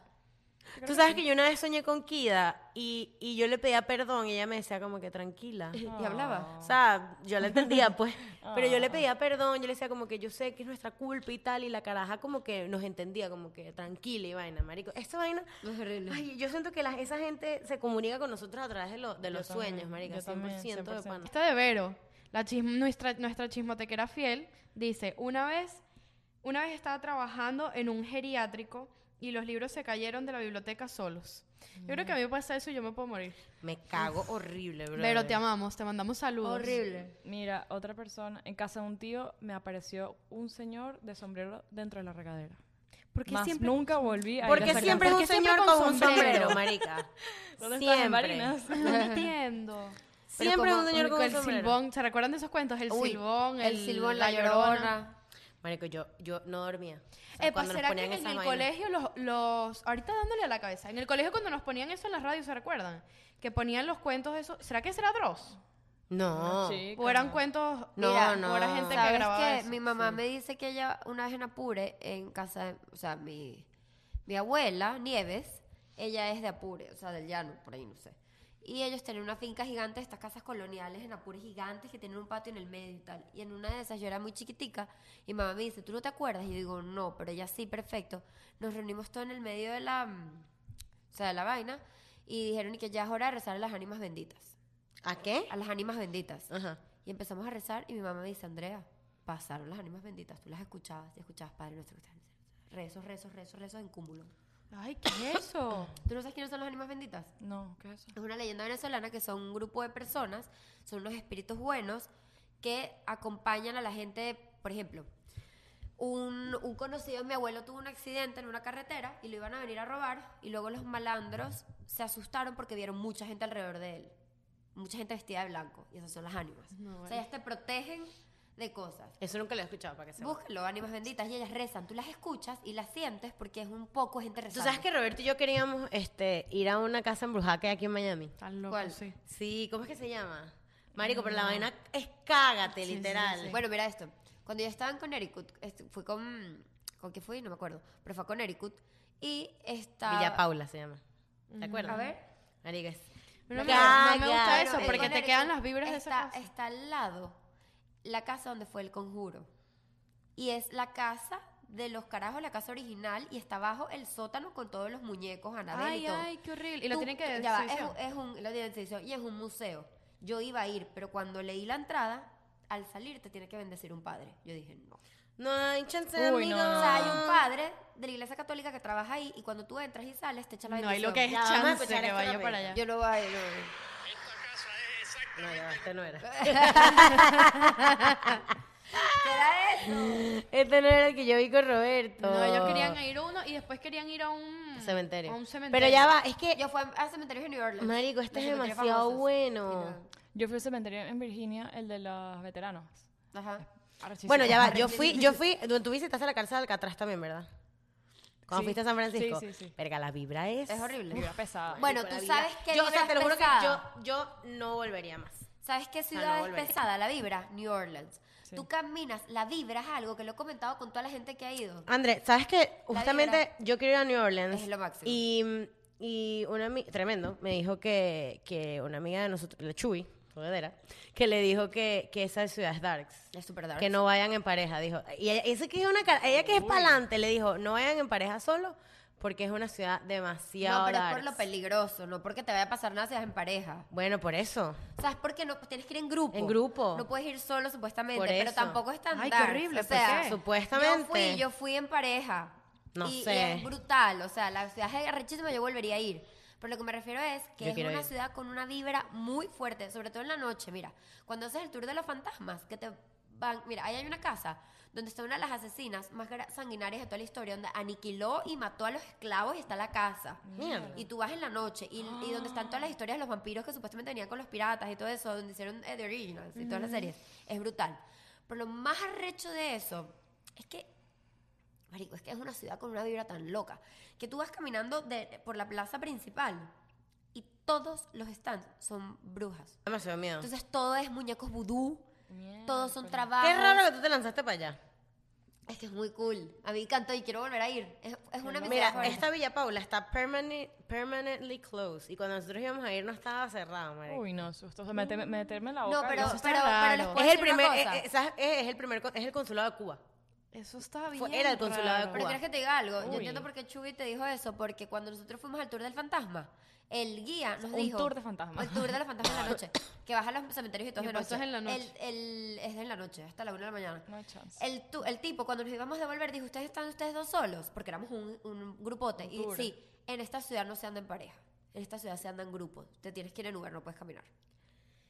Tú sabes que yo una vez soñé con Kida y, y yo le pedía perdón y ella me decía como que tranquila.
Y hablaba.
Ah.
O sea, yo la entendía, pues. Pero yo le pedía perdón, yo le decía como que yo sé que es nuestra culpa y tal, y la caraja como que nos entendía, como que tranquila y vaina, marico. Esa vaina,
No es horrible.
ay, yo siento que la- esa gente se comunica con nosotros a través de, lo- de los
también,
sueños, marica,
yo
100%,
también,
de
100%.
pana.
Esta Este de Vero, la chism- nuestra, nuestra chismotequera fiel, dice, una vez, una vez estaba trabajando en un geriátrico y los libros se cayeron de la biblioteca solos. Yo creo que a mí me pasa eso y yo me puedo morir.
Me cago horrible, bro.
Vero, te amamos, te mandamos saludos.
Horrible.
Mira, otra persona, en casa de un tío me apareció un señor de sombrero dentro de la regadera.
Porque
Más
siempre...
nunca volví a ir a
Porque
esa
siempre es
casa.
un
Porque siempre
señor
con
con, un
sombrero.
sombrero, marica.
¿Dónde están las
Siempre.
marinas?
No entiendo.
Siempre
como-
un señor con
Con
un
el
sombrero.
silbón, ¿se recuerdan de esos cuentos? El
Uy,
silbón, el,
el silbón, la llorona.
Marico, yo, yo no dormía. O sea,
Eh, pues
cuando nos
será que
ponían
en el
esas vainas.
colegio los, los... Ahorita dándole a la cabeza. En el colegio cuando nos ponían eso en las radios, ¿se recuerdan? Que ponían los cuentos de eso. ¿Será que será Dross?
No.
Chica,
O eran cuentos...
No,
Mira,
no.
O era gente que
¿Sabes
grababa
qué?
eso.
Mi mamá me dice que ella una vez en Apure, en casa, de- o sea, mi, mi abuela, Nieves, ella es de Apure, o sea, del llano, por ahí no sé. Y ellos tienen una finca gigante, estas casas coloniales en Apure gigantes que tienen un patio en el medio y tal. Y en una de esas yo era muy chiquitica y mamá me dice, ¿tú no te acuerdas? Y yo digo, no, pero ella sí, perfecto. Nos reunimos todo en el medio de la... mm, o sea, de la vaina, y dijeron y que ya es hora de rezar a las ánimas benditas.
¿A qué?
A las ánimas benditas.
Ajá.
Y empezamos a rezar y mi mamá me dice, Andrea, pasaron las ánimas benditas, tú las escuchabas, y escuchabas Padre Nuestro que estás en el cielo". Rezos, rezos, rezos, rezos en cúmulo.
Ay, ¿qué es eso?
¿Tú no sabes quiénes son las ánimas benditas?
No, ¿qué es eso?
Es una leyenda venezolana que son un grupo de personas, son unos espíritus buenos que acompañan a la gente, por ejemplo, un, un conocido de mi abuelo tuvo un accidente en una carretera y lo iban a venir a robar y luego los malandros se asustaron porque vieron mucha gente alrededor de él, mucha gente vestida de blanco y esas son las ánimas.
No,
O sea, ellas te protegen de cosas.
Eso nunca lo he escuchado, para que se
Búscalo, ánimas benditas, y ellas rezan, tú las escuchas y las sientes porque es un poco gente
Tú
rezando.
sabes que Roberto y yo queríamos este, ir a una casa embrujada que hay aquí en Miami.
Estás loco,
¿Cuál?
sí.
Sí, ¿cómo es que se llama? Marico, pero la vaina es cágate, literal.
Bueno, mira esto. Cuando yo estaba en Connecticut, est- fui con. ¿Con qué fui? No me acuerdo. Pero fue a Connecticut. Y estaba.
Villa Paula se llama. ¿Te acuerdas?
A ver.
Marico, es...
Pero no me- no me gusta
Cágate.
eso,
en
porque te quedan
Connecticut
las vibras de esa
está,
casa.
Está al lado la casa donde fue el conjuro. Y es la casa de los carajos, la casa original. Y está abajo el sótano con todos los muñecos, Anabel
Ay,
y todo.
ay, qué horrible. Y lo
Tú-
tienen que
ya va, es,
desinfectar.
un- es un, lo tienen que desinfectar, y es un museo. Yo iba a ir, pero cuando leí la entrada, al salir te tiene que bendecir un padre. Yo dije, no.
No hay chance,
Uy,
amigo.
no, no,
O sea, hay
Ah.
un padre de la iglesia católica que trabaja ahí y cuando tú entras y sales te echa la
No
bendición.
hay lo que es
Ya, vamos a
chance
escuchar
que
esto
vaya
rapidito.
para allá.
Yo no voy a ir, no voy a ir.
No, ya, va, este no era.
¿Qué era eso?
Este no era el que yo vi con Roberto.
No, ellos querían ir a uno y después querían ir a un
Cementerio.
A un cementerio.
Pero ya va, es que.
Eh, Yo fui al cementerio de New Orleans.
Marico, este
Los
es
cementerios
demasiado
famosos.
bueno.
Y nada.
Yo fui al cementerio en Virginia, el de los veteranos.
Ajá.
Arrechísimo.
Bueno, ya va, yo fui, yo fui, tú visitaste la cárcel de Alcatraz también, ¿verdad? Cuando
Sí.
fuiste a San Francisco.
Sí, sí, sí.
Verga, la vibra es.
Es horrible.
Vibra pesada.
Bueno, tú sabes que
Yo, o sea, te lo juro que yo, yo no volvería más.
¿Sabes qué
no
ciudad es
volvería.
pesada? La vibra, New Orleans.
Sí.
Tú caminas, la vibra es algo que lo he comentado con toda la gente que ha ido.
André, ¿sabes qué?
La
Justamente
vibra
yo quiero ir a New Orleans.
es lo máximo.
Y, y una amiga, tremendo, me dijo que, que una amiga de nosotros, la Chuy, jodedera, que le dijo que, que esa ciudad es darks.
Es súper dark.
Que no vayan en pareja, dijo. Y ella, ese que es una cara, ella que es pa'lante, le dijo, no vayan en pareja solo porque es una ciudad demasiado
No, pero es por
darks".
lo peligroso, no porque te vaya a pasar nada si vas en pareja.
Bueno, por eso.
¿Sabes por qué no? pues Tienes que ir en grupo.
En grupo.
No puedes ir solo, supuestamente.
Por
Pero
eso.
tampoco es tan
Ay, qué
dark,
horrible,
O
¿por
sea,
qué?
Supuestamente.
Yo fui, yo fui en pareja.
No
y, y
sé.
es brutal. O sea, la ciudad es arrechísima, yo volvería a ir. Pero lo que me refiero es que
Yo
es
quiero
una
ir.
ciudad con una vibra muy fuerte, sobre todo en la noche. Mira, cuando haces el tour de los fantasmas, que te van. Mira, ahí hay una casa donde está una de las asesinas más gra- sanguinarias de toda la historia, donde aniquiló y mató a los esclavos y está la casa.
Mierda.
Y tú vas en la noche y, y donde están todas las historias de los vampiros que supuestamente venían con los piratas y todo eso, donde hicieron eh, The Originals y todas las series. Es brutal. Pero lo más arrecho de eso es que, marico, es que es una ciudad con una vibra tan loca que tú vas caminando de- por la plaza principal y todos los stands son brujas.
Demasiado miedo.
Entonces todo es muñecos vudú, todos son trabajos.
Qué raro que tú te lanzaste para allá.
Es que es muy cool. A mí me encantó y quiero volver a ir. Es, es una de mis ciudades
Mira,
favoritas.
esta Villa Paula está permane- permanently closed. Y cuando nosotros íbamos a ir no estaba cerrado, marico.
Uy, no, susto. O sea, meterme, meterme en la boca.
No, pero, pero,
eso está
pero
raro.
les puedo
Es el
decir una
primer,
cosa.
eh, eh, ¿sabes? Es, es el primer, con- es el consulado de Cuba.
Eso está bien.
Fue- era el consulado de
raro.
Pero
Cuba.
quieres que te diga algo. Yo
Uy.
entiendo por qué Chubi te dijo eso, porque cuando nosotros fuimos al tour del fantasma, el guía nos
Un
dijo.
tour de fantasmas.
El tour de los fantasmas en la noche. Que vas a los cementerios y todo
Y
de noche.
pasas en la noche.
El, el- es en la noche, hasta la una de la mañana.
No hay chance.
El, tu- el tipo, cuando nos íbamos a devolver, dijo: ¿Ustedes están ustedes dos solos? Porque éramos un, un grupote.
Un
y
tour.
sí, en esta ciudad no se anda en pareja. En esta ciudad se anda en grupos. Te tienes que ir en Uber, no puedes caminar.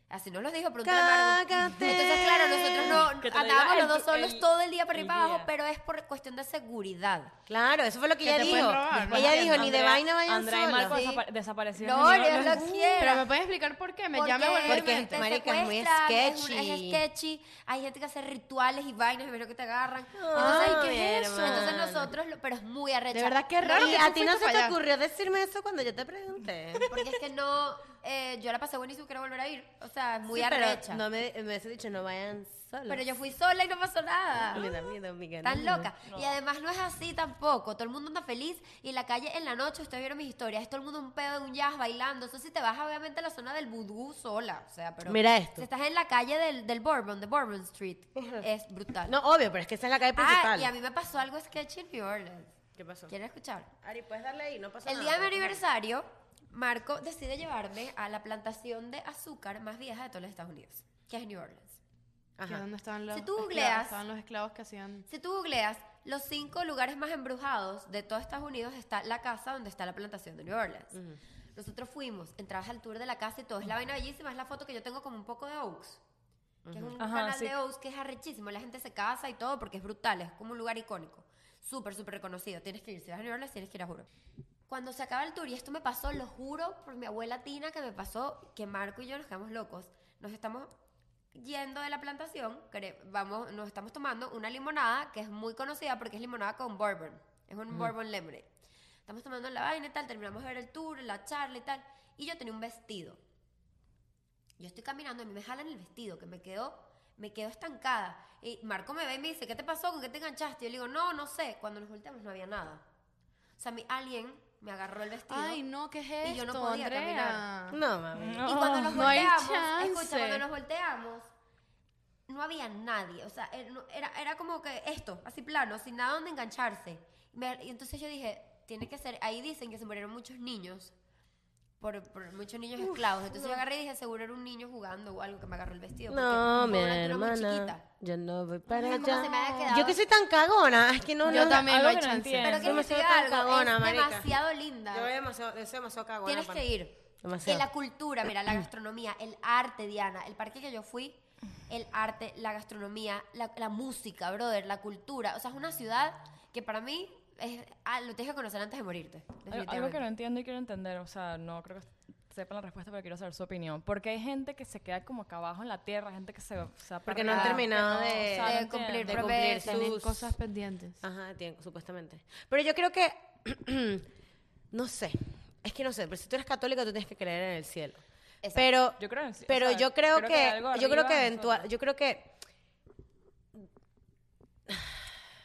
Así nos lo dijo, pero un tren largo.
Cágate.
Entonces, claro, nosotros
Que te
no
lo
andábamos
diga
los
el
dos
tu-
solos
el-
todo el día para arriba y
el
para abajo,
guía.
pero es por cuestión de seguridad.
Claro, eso fue lo que ella
te
dijo.
pueden robar, ¿no?
Ella dijo, ni de
Andrea-
vaina vayan
Andrea y Marco
solos.
desapa- desaparecieron.
No,
en New
Dios
Orleans.
lo quiera.
Pero me puedes explicar por qué. Me llama y vuelve
Porque-
a
te
meter.
marica, es muy
secuestran, es un- Es,
sketchy.
sketchy. Hay gente que hace rituales y vainas, primero que te agarran.
Ay,
Entonces, ¿qué es
mi
eso? Entonces
hermana.
nosotros, lo- pero es muy arrecho.
De verdad, qué raro
Y
que
a
tú
ti no
fuiste
se
para
te
allá.
ocurrió decirme eso cuando yo te pregunté.
Porque es que no, eh, yo la pasé buenísimo, quiero volver a ir. O sea, es muy
Sí, pero
arrecha.
No me, me hubiese dicho, no vayan solos.
Pero yo fui sola y no pasó nada.
Me da miedo, amiga,
Tan
no.
loca. Y además no es así tampoco. Todo el mundo anda feliz y en la calle en la noche, ustedes vieron mis historias, es todo el mundo un pedo de un jazz bailando. Eso sí te vas obviamente a la zona del vudú sola. O sea, pero
Mira esto.
si estás en la calle del, del Bourbon, de Bourbon Street, es brutal.
No, obvio, pero es que esa es la calle principal.
Ah, y a mí me pasó algo sketchy en New Orleans.
¿Qué pasó?
¿Quieren escuchar?
Ari, puedes darle ahí, no pasa
El día
nada.
de mi aniversario, Marco decide llevarme a la plantación de azúcar más vieja de todos los Estados Unidos, que es New Orleans.
Que
Ajá.
¿Dónde estaban los
Si tú
esclavos?
googleas-
Estaban los esclavos que hacían...
Si tú googleas los cinco lugares más embrujados de todos Estados Unidos, está la casa donde está la plantación de New Orleans. Nosotros fuimos, entrabas al tour de la casa y todo es la vaina bellísima, es la foto que yo tengo como un poco de Oaks. Que es un
Ajá,
canal
sí.
de Oaks que es arrechísimo, la gente se casa y todo porque es brutal, es como un lugar icónico. Súper, súper reconocido. Tienes que ir, si vas a New Orleans, tienes que ir a juro. Cuando se acaba el tour, y esto me pasó, lo juro, por mi abuela Tina, que me pasó, que Marco y yo nos quedamos locos. Nos estamos yendo de la plantación, cre- vamos, nos estamos tomando una limonada que es muy conocida porque es limonada con bourbon. Es un bourbon lemonade. Estamos tomando la vaina y tal, terminamos de ver el tour, la charla y tal. Y yo tenía un vestido. Yo estoy caminando, a mí me jalan el vestido, que me quedo, me quedo estancada. Y Marco me ve y me dice, ¿qué te pasó? ¿Con qué te enganchaste? Y yo le digo, no, no sé. Cuando nos volteamos no había nada. O sea, mi, alguien me agarró el vestido.
Ay, no, ¿qué es esto,
Y yo no podía
Andrea?
caminar.
No, mami.
No,
Y cuando nos
no hay
volteamos,
chance.
escucha, cuando nos volteamos, no había nadie. O sea, eh, no- era, era como que esto, así plano, sin nada donde engancharse. Me- y entonces yo dije, tiene que ser, ahí dicen que se murieron muchos niños. Por, por muchos niños esclavos. Entonces yo agarré y dije, seguro era un niño jugando o algo que me agarró el vestido. porque fue
No,
una
mi
altura muy
hermana.
chiquita.
Yo no voy para
Mira cómo
allá.
se me había quedado.
Yo que soy tan cagona. Es que no,
Yo
no.
también
algo
no hay
que no
chance.
entiendo.
Pero que
Yo me
les
soy
diga
tan
algo,
cagona,
es
marica.
demasiado linda.
Yo soy demasiado, yo soy demasiado cagona.
Tienes
pana.
que ir.
Demasiado.
Eh, La cultura, mira, la gastronomía, el arte, Diana, el parque que yo fui, el arte, la gastronomía, la, la música, brother, la cultura. O sea, es una ciudad que para mí es, ah, lo tienes que conocer antes de morirte.
Al- Algo que no
definitivamente.
entiendo y quiero entender, o sea, no creo que sepan la respuesta, pero quiero saber su opinión. Porque hay gente que se queda como acá abajo en la tierra, gente que se, se aperrea,
Porque no han
que
terminado
no,
de-
o sea, no
de
entiendo.
cumplir
de
promesas.
cumplir
Tienen
sus-
cosas pendientes.
Ajá, tienen, supuestamente. Pero yo creo que. no sé. Es que no sé. Pero si tú eres católico, tú tienes que creer en el cielo.
Exacto.
Pero.
Yo creo en el cielo,
Pero
o sea,
yo creo,
creo que hay algo
que. Yo creo
arriba
que
de
eventual.
nosotros.
Yo creo que.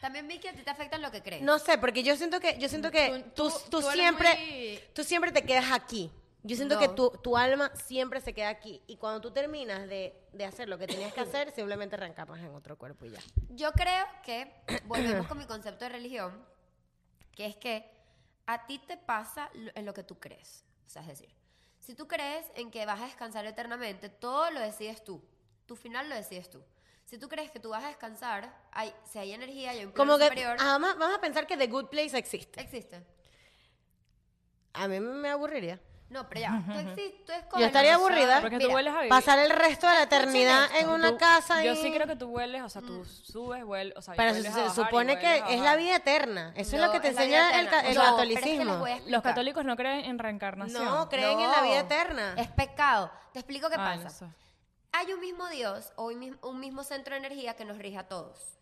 También vi que a ti te afectan lo que crees.
No sé, porque yo siento que, yo
Mm.
siento que tú,
Tú-
tú
tú- tú eres
siempre,
muy-
tú siempre te quedas aquí. Yo siento
No.
que tu, tu alma siempre se queda aquí. Y cuando tú terminas de, de hacer lo que tenías que hacer, simplemente reencarnas en otro cuerpo y ya.
Yo creo que, volvemos con mi concepto de religión, que es que a ti te pasa lo- en lo que tú crees. O sea, es decir, si tú crees en que vas a descansar eternamente, todo lo decides tú. Tu final lo decides tú. Si tú crees que tú vas a descansar, hay, si hay energía, hay un plano
Como que, ah.
superior,
además, vamos a pensar que The Good Place existe.
existe.
A mí me aburriría.
No, pero ya, tú existes, tú escoges.
Yo estaría
lo que sea.
aburrida.
Porque
Mira,
tú vuelves a vivir.
Pasar el resto de la eternidad
esto,
en una
Tú-
casa.
Yo
y- Mm.
sí creo que tú vueles, o sea, tú subes, vueles, o sea, y
Pero se,
vuelves a
se
bajar y
supone que
vuelves a
es la
bajar.
vida eterna. Eso es lo
no,
que te
es la
enseña
vida
el,
eterna.
ca- el
No, pero es que les
catolicismo.
voy a explicar.
Los católicos no creen en reencarnación.
no, creen en la vida
No,
eterna.
Es pecado. Te explico qué
Ah, no
pasa.
sé.
Hay un mismo Dios o un mis- un mismo centro de energía que nos rige a todos.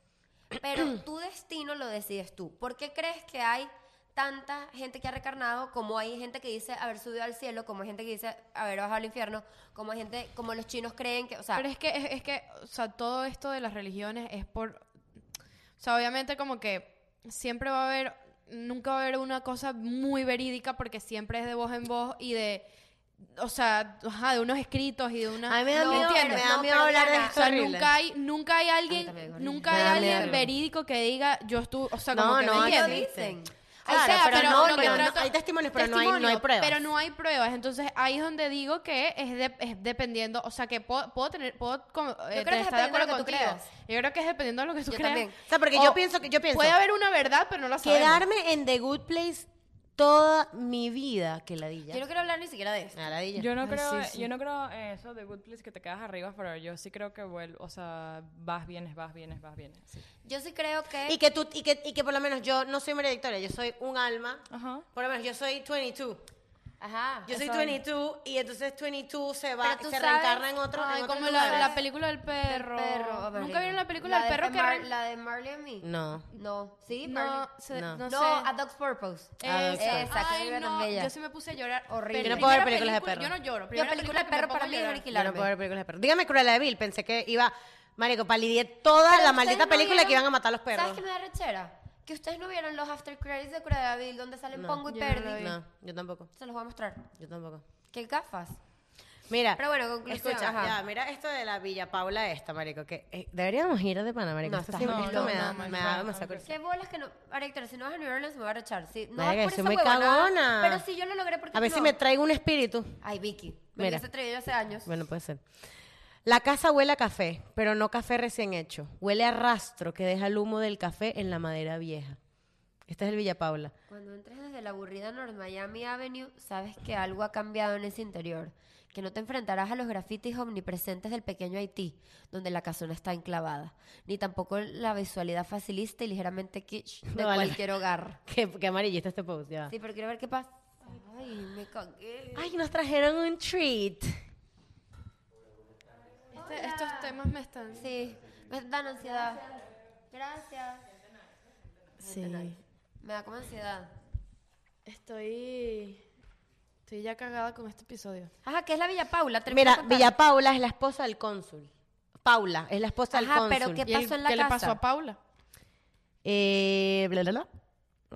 Pero tu destino lo decides tú. ¿Por qué crees que hay tanta gente que ha recarnado, como hay gente que dice haber subido al cielo, como hay gente que dice haber bajado al infierno, como hay gente, como los chinos creen que, o sea,
Pero es que, es, es que, o sea, todo esto de las religiones es por... O sea, obviamente como que siempre va a haber, nunca va a haber una cosa muy verídica porque siempre es de voz en voz y de, o sea, ajá, de unos escritos y de una...
A mí me da
No,
miedo,
entiendo.
me da
No,
miedo
pero
hablar de
Diana,
O
esto.
sea,
horrible.
nunca hay, nunca hay
A mí también es
alguien,
horrible.
nunca
Me da
hay alguien
miedo.
verídico que diga, yo estuve, o sea, como
No,
que
no,
me
¿por qué
no
lo
entiendes?
existe.
dicen.
Claro,
O sea,
pero,
pero
no,
lo que
pero no,
trato-
hay testimonios, pero no hay, no hay
Testimonio,
pruebas.
Pero no hay pruebas. Entonces ahí es donde digo que es, de- es dependiendo. O sea, que puedo, puedo tener. Puedo, como, eh,
creo que es
estar de
dependiendo de
acuerdo
lo que tú
contigo.
creas.
Yo creo que es dependiendo de lo que tú
Yo
creas.
también.
O sea, porque yo pienso que- yo pienso-
Puede haber una verdad, pero no la sabemos.
Quedarme en The Good Place toda mi vida, que ladilla.
yo no quiero hablar ni siquiera de eso.
Ah, ladilla.
Yo no,
Ay,
creo,
sí, sí.
yo no creo en eso de Good Place que te quedas arriba, pero yo sí creo que vuelvo, o sea, vas, vienes, vas, vienes, vas, vienes. sí.
Yo sí creo que
Y que tú y que, y que por lo menos yo no soy María Victoria, yo soy un alma.
Ajá.
Por lo menos yo soy 22.
ajá.
Yo soy
Exacto.
22 y entonces 22 se va
Pero tú
se
sabes-
reencarna en otro
Ay,
en otro
como
lugar.
la, la película del perro.
Del perro, oh, marica.
¿Nunca vieron la película del
de
perro que
Mar-
re-
la de Marley and Me?
No.
No, sí,
no,
Marley.
se-
No.
no,
No,
sé.
A Dog's Purpose.
Ah,
Esa.
Dog's
Esa, que
Ay,
vive
no,
bella.
yo sí me puse a llorar.
Horrible.
Pero
Yo no
puedo ver
primera
películas de
película-
perro.
Yo no lloro.
Yo
Primera
película de
que me
perro
pongo
para
a
mí es
llorar.
Yo no
aniquilarme.
puedo Ah, ver películas de perros. Dígame Cruella de Vil, pensé que iba marico, palidié toda la
Pero
maldita
ustedes no
película que
vieron-
iban a matar a los perros.
¿Sabes qué me da rechera? Que ustedes no vieron los after credits de Cruella de Vil donde salen Pongo y
yo no lo
Perdi.
vi.
No, yo tampoco.
Se los voy a mostrar.
Yo tampoco.
¿Qué gafas?
Mira,
Pero bueno, conclusión,
escucha,
ajá.
ya, mira esto de la Villa Paula esta, marico, que eh, deberíamos ir de Panamérica.
No,
esto
estás
sí-
loca.
esto me
No,
da,
no,
me
no,
da
no,
demasiada
no,
curiosidad.
Qué bolas que no. Ahora, Héctor, si no vas a New Orleans, me voy a arrechar. Sí, no
Verga,
es por
soy
esa
muy
huevonada,
cagona.
Pero si yo lo logré, porque
A ver si me traigo un espíritu.
Ay, Vicky. Me
Mira.
lo traído yo hace años.
Bueno, puede ser. La casa huele a café, pero no café recién hecho. Huele a rastro que deja el humo del café en la madera vieja. Este es el Villa Paula.
Cuando entres desde la aburrida North Miami Avenue, sabes que algo ha cambiado en ese interior, que no te enfrentarás a los grafitis omnipresentes del pequeño Haití, donde la casona está enclavada, ni tampoco la visualidad facilista y ligeramente kitsch de
No, vale.
cualquier hogar.
Qué, qué amarillista este post, ya. va.
Sí, pero quiero ver qué pasa. Ay, me cagué.
Ay, nos trajeron un treat.
Este- estos temas me están...
Sí, me dan ansiedad. Gracias.
Sí.
Me da como ansiedad.
Estoy... Estoy ya cagada con este episodio.
Ajá, ¿qué es la Villa Paula? Termina
Mira,
de contar.
Villa Paula es la esposa del cónsul. Paula es la esposa del
Ajá,
cónsul.
pero ¿qué
¿Y el-
pasó en la
¿Qué
casa?
le pasó a Paula?
Eh, bla, bla, bla.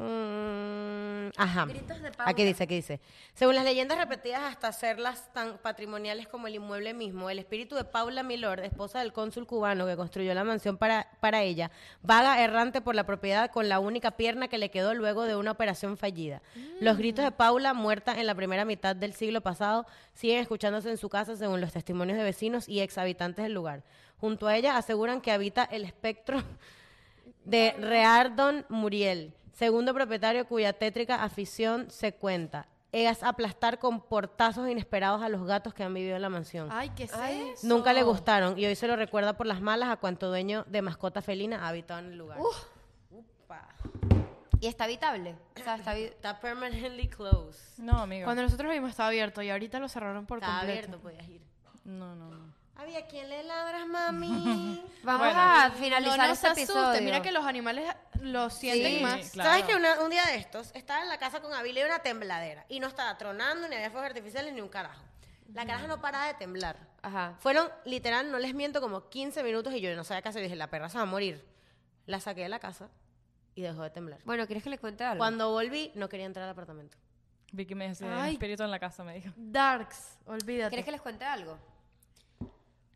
Mm, ajá.
Gritos de Paula.
Aquí dice, aquí dice. Según las leyendas repetidas hasta hacerlas tan patrimoniales como el inmueble mismo, el espíritu de Paula Milord, esposa del cónsul cubano que construyó la mansión para, para ella, vaga errante por la propiedad con la única pierna que le quedó luego de una operación fallida.
Mm.
Los gritos de Paula, muerta en la primera mitad del siglo pasado, siguen escuchándose en su casa según los testimonios de vecinos y exhabitantes del lugar. Junto a ella aseguran que habita el espectro de Reardon Muriel, segundo propietario cuya tétrica afición se cuenta. Es aplastar con portazos inesperados a los gatos que han vivido en la mansión.
Ay, ¿qué es
Ay,
eso?
Nunca le gustaron y hoy se lo recuerda por las malas a cuanto dueño de mascota felina ha habitado en el lugar.
Y está habitable. O sea, está habi-
Está permanently closed.
No, amigo.
Cuando nosotros vimos estaba abierto y ahorita lo cerraron por
Estaba
completo.
abierto, pues. podías ir.
No, no, no.
Había quien le ladras, mami.
Vamos
Bueno.
a
No
finalizar
nos
este
asusten,
episodio.
mira que los animales lo sienten
Sí,
más.
claro.
¿Sabes que una- un día de estos estaba en la casa con Avila y una tembladera? Y no estaba tronando, ni había fuegos artificiales, ni un carajo. La caraja no paraba de temblar.
Ajá.
Fueron, literal, no les miento, como 15 minutos y yo no sabía qué hacer. Dije, la perra se va a morir. La saqué de la casa y dejó de temblar.
Bueno, ¿quieres que le cuente algo?
Cuando volví, no quería entrar al apartamento.
Vicky me decía,
Ay.
espíritu en la casa, me dijo.
Darks, olvídate.
¿Quieres que les cuente algo?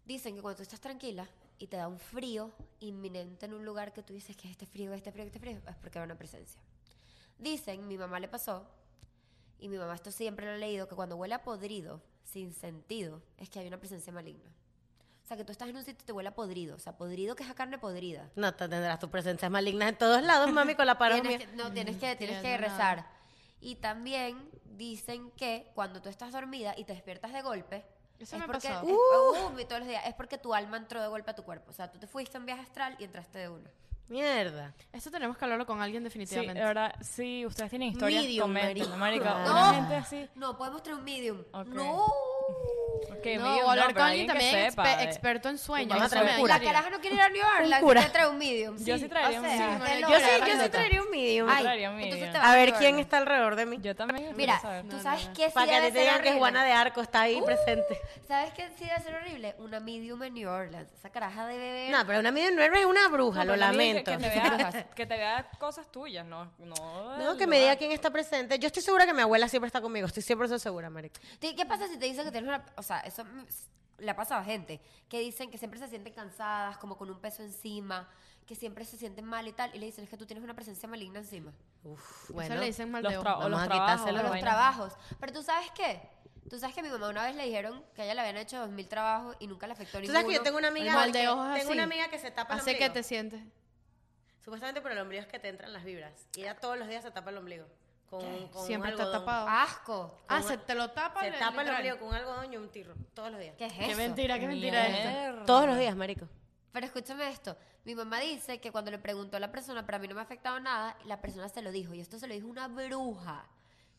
Dicen que cuando tú estás tranquila y te da un frío inminente en un lugar que tú dices que es este frío, este frío, este frío, es porque hay una presencia. Dicen, mi mamá le pasó, y mi mamá esto siempre lo ha leído, que cuando huele a podrido, sin sentido, es que hay una presencia maligna. O sea, que tú estás en un sitio y te huele a podrido. O sea, podrido que es a carne podrida.
No, te tendrás tus presencias malignas en todos lados, mami, con la paromia.
Tienes que- no,
Mm,
tienes que, tienes que
Entiendo
rezar.
nada.
Y también dicen que cuando tú estás dormida y te despiertas de golpe,
Eso
es
me ha
porque,
pasado.
es- uh, mi- todos los días, es porque tu alma entró de golpe a tu cuerpo. O sea, tú te fuiste a un viaje astral y entraste de uno.
Mierda.
Esto tenemos que hablarlo con alguien
Sí, de
definitivamente.
verdad, sí, ustedes tienen historias,
Medium,
comenten,
marico.
marica.
No.
Una gente así.
No, podemos traer un medium.
Ok.
No.
Ok,
no,
medium,
o hablar
pero
con alguien
que
también
sepa, eh.
exper-
de-
experto en sueños.
Vamos a
eso
traer
me
un cura.
La
ayudaría.
caraja no quiere ir a New Orleans.
cura.
Yo trae un medium.
Yo sí traería un medium.
te
Yo
logra.
sí, yo sí
Yo traería un medium.
Ay,
Ay,
traería un
entonces
medium.
te vas
a
New
ver quién
Orleans.
está alrededor de mí.
Yo también. me quiero
Mira,
saber.
tú sabes que sí
Para que a
debe
ti te
ser
digan que
horrible.
Juana de Arco está ahí presente.
¿Sabes qué sí debe ser horrible? Una medium en New Orleans. Esa caraja debe ver.
No, pero una medio nueve es una bruja, lo
No, pero también que-
lamento.
Que, te vea, que te vea cosas tuyas, no. No,
No,
el
que me diga
lugar.
quién está presente. Yo estoy segura que mi abuela siempre está conmigo. Estoy 100% segura, marica.
Ti- ¿Qué pasa si te dicen que tienes una... O sea, eso mm, s- le ha pasado a gente, que dicen que siempre se sienten cansadas, como con un peso encima, que siempre se sienten mal y tal, y le dicen es que tú tienes una presencia maligna encima.
Uf,
Eso le dicen mal de
Los
ojo.
tra- o
Vamos
los
a
trabajos.
quitárselo.
O
la
los
vaina.
trabajos. Pero tú sabes qué? Tú sabes que a mi mamá una vez le dijeron que a ella le habían hecho dos mil trabajos y nunca le afectó
Tú
ninguno.
sabes que yo tengo una
El
amiga,
mal de
que-
ojos
tengo
así.
una amiga que se tapa el
Hace que
ombligo.
te sientes.
Supuestamente por el ombligo es que te entran las vibras. Y ella todos los días se tapa el ombligo. Con, un- con un
Siempre está
algodón.
tapado.
¡Asco!
Ah,
Con-
se te lo tapa.
Se
le-
tapa el
literal.
ombligo con un algodón y un tirro. Todos los días.
¿Qué es eso?
Qué mentira, qué mentira es esto.
Mierda.
Todos los días, marico.
Pero escúchame esto. Mi mamá dice que cuando le preguntó a la persona, pero a mí no me ha afectado nada, la persona se lo dijo. Y esto se lo dijo una bruja.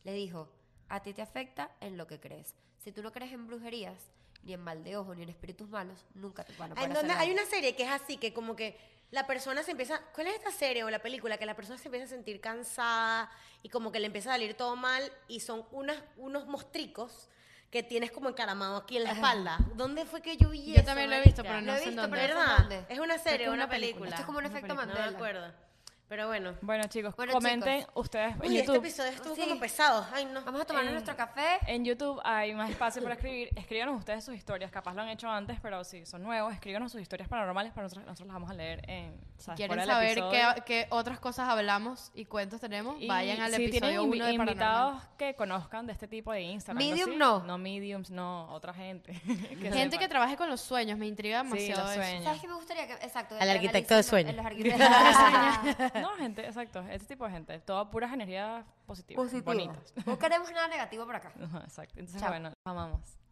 Le dijo, a ti te afecta en lo que crees. Si tú no crees en brujerías, ni en mal de ojo, ni en espíritus malos, nunca te van a poder
En
hacer
donde
nada.
hay una serie que es así, que como que la persona se empieza... ¿Cuál es esta serie o la película? Que la persona se empieza a sentir cansada y como que le empieza a salir todo mal y son unas, unos mostricos que tienes como encaramado aquí en la espalda. ¿Dónde fue que yo vi
Yo
eso,
también lo he
marica?
visto, pero
Lo
no
he
sé en
visto,
dónde.
pero no sé en
¿Verdad?
dónde.
Es una serie
Creo
o
que
una
una película.
película.
Esto es como un efecto
No me
Mandela.
acuerdo. Pero bueno.
Bueno, chicos,
Bueno,
comenten
chicos.
ustedes en
Uy, este
YouTube.
episodio estuvo
Sí.
como pesado. Ay, no.
Vamos a tomarnos
En-
nuestro café.
eh,
En YouTube hay más espacio para escribir. Escríbanos ustedes sus historias. Capaz lo han hecho antes, pero si son nuevos, escríbanos sus historias paranormales para nosotros, nosotros las vamos a leer en
Si
¿sabes?
quieren
fuera del
saber
episodio.
qué, qué otras cosas hablamos y cuentos tenemos,
Y
vayan al
si tienen
episodio
invi-
1 de
invitados
Paranormal.
que conozcan de este tipo de Instagram. algo
Medium
así.
no.
No mediums, no, otra gente.
Gente
sepa.
que trabaje con los sueños, me intriga
Sí,
demasiado
los
eso.
sueños.
¿Sabes qué me gustaría que.? Exacto.
Al
que
arquitecto de
analicen
sueño.
los- Los arquitectos de sueño.
No, gente, exacto. Este tipo de gente. Toda puras energías positivas. Bonitas.
No queremos nada negativo por acá.
Ajá, Exacto. Entonces,
Chao.
bueno, los amamos.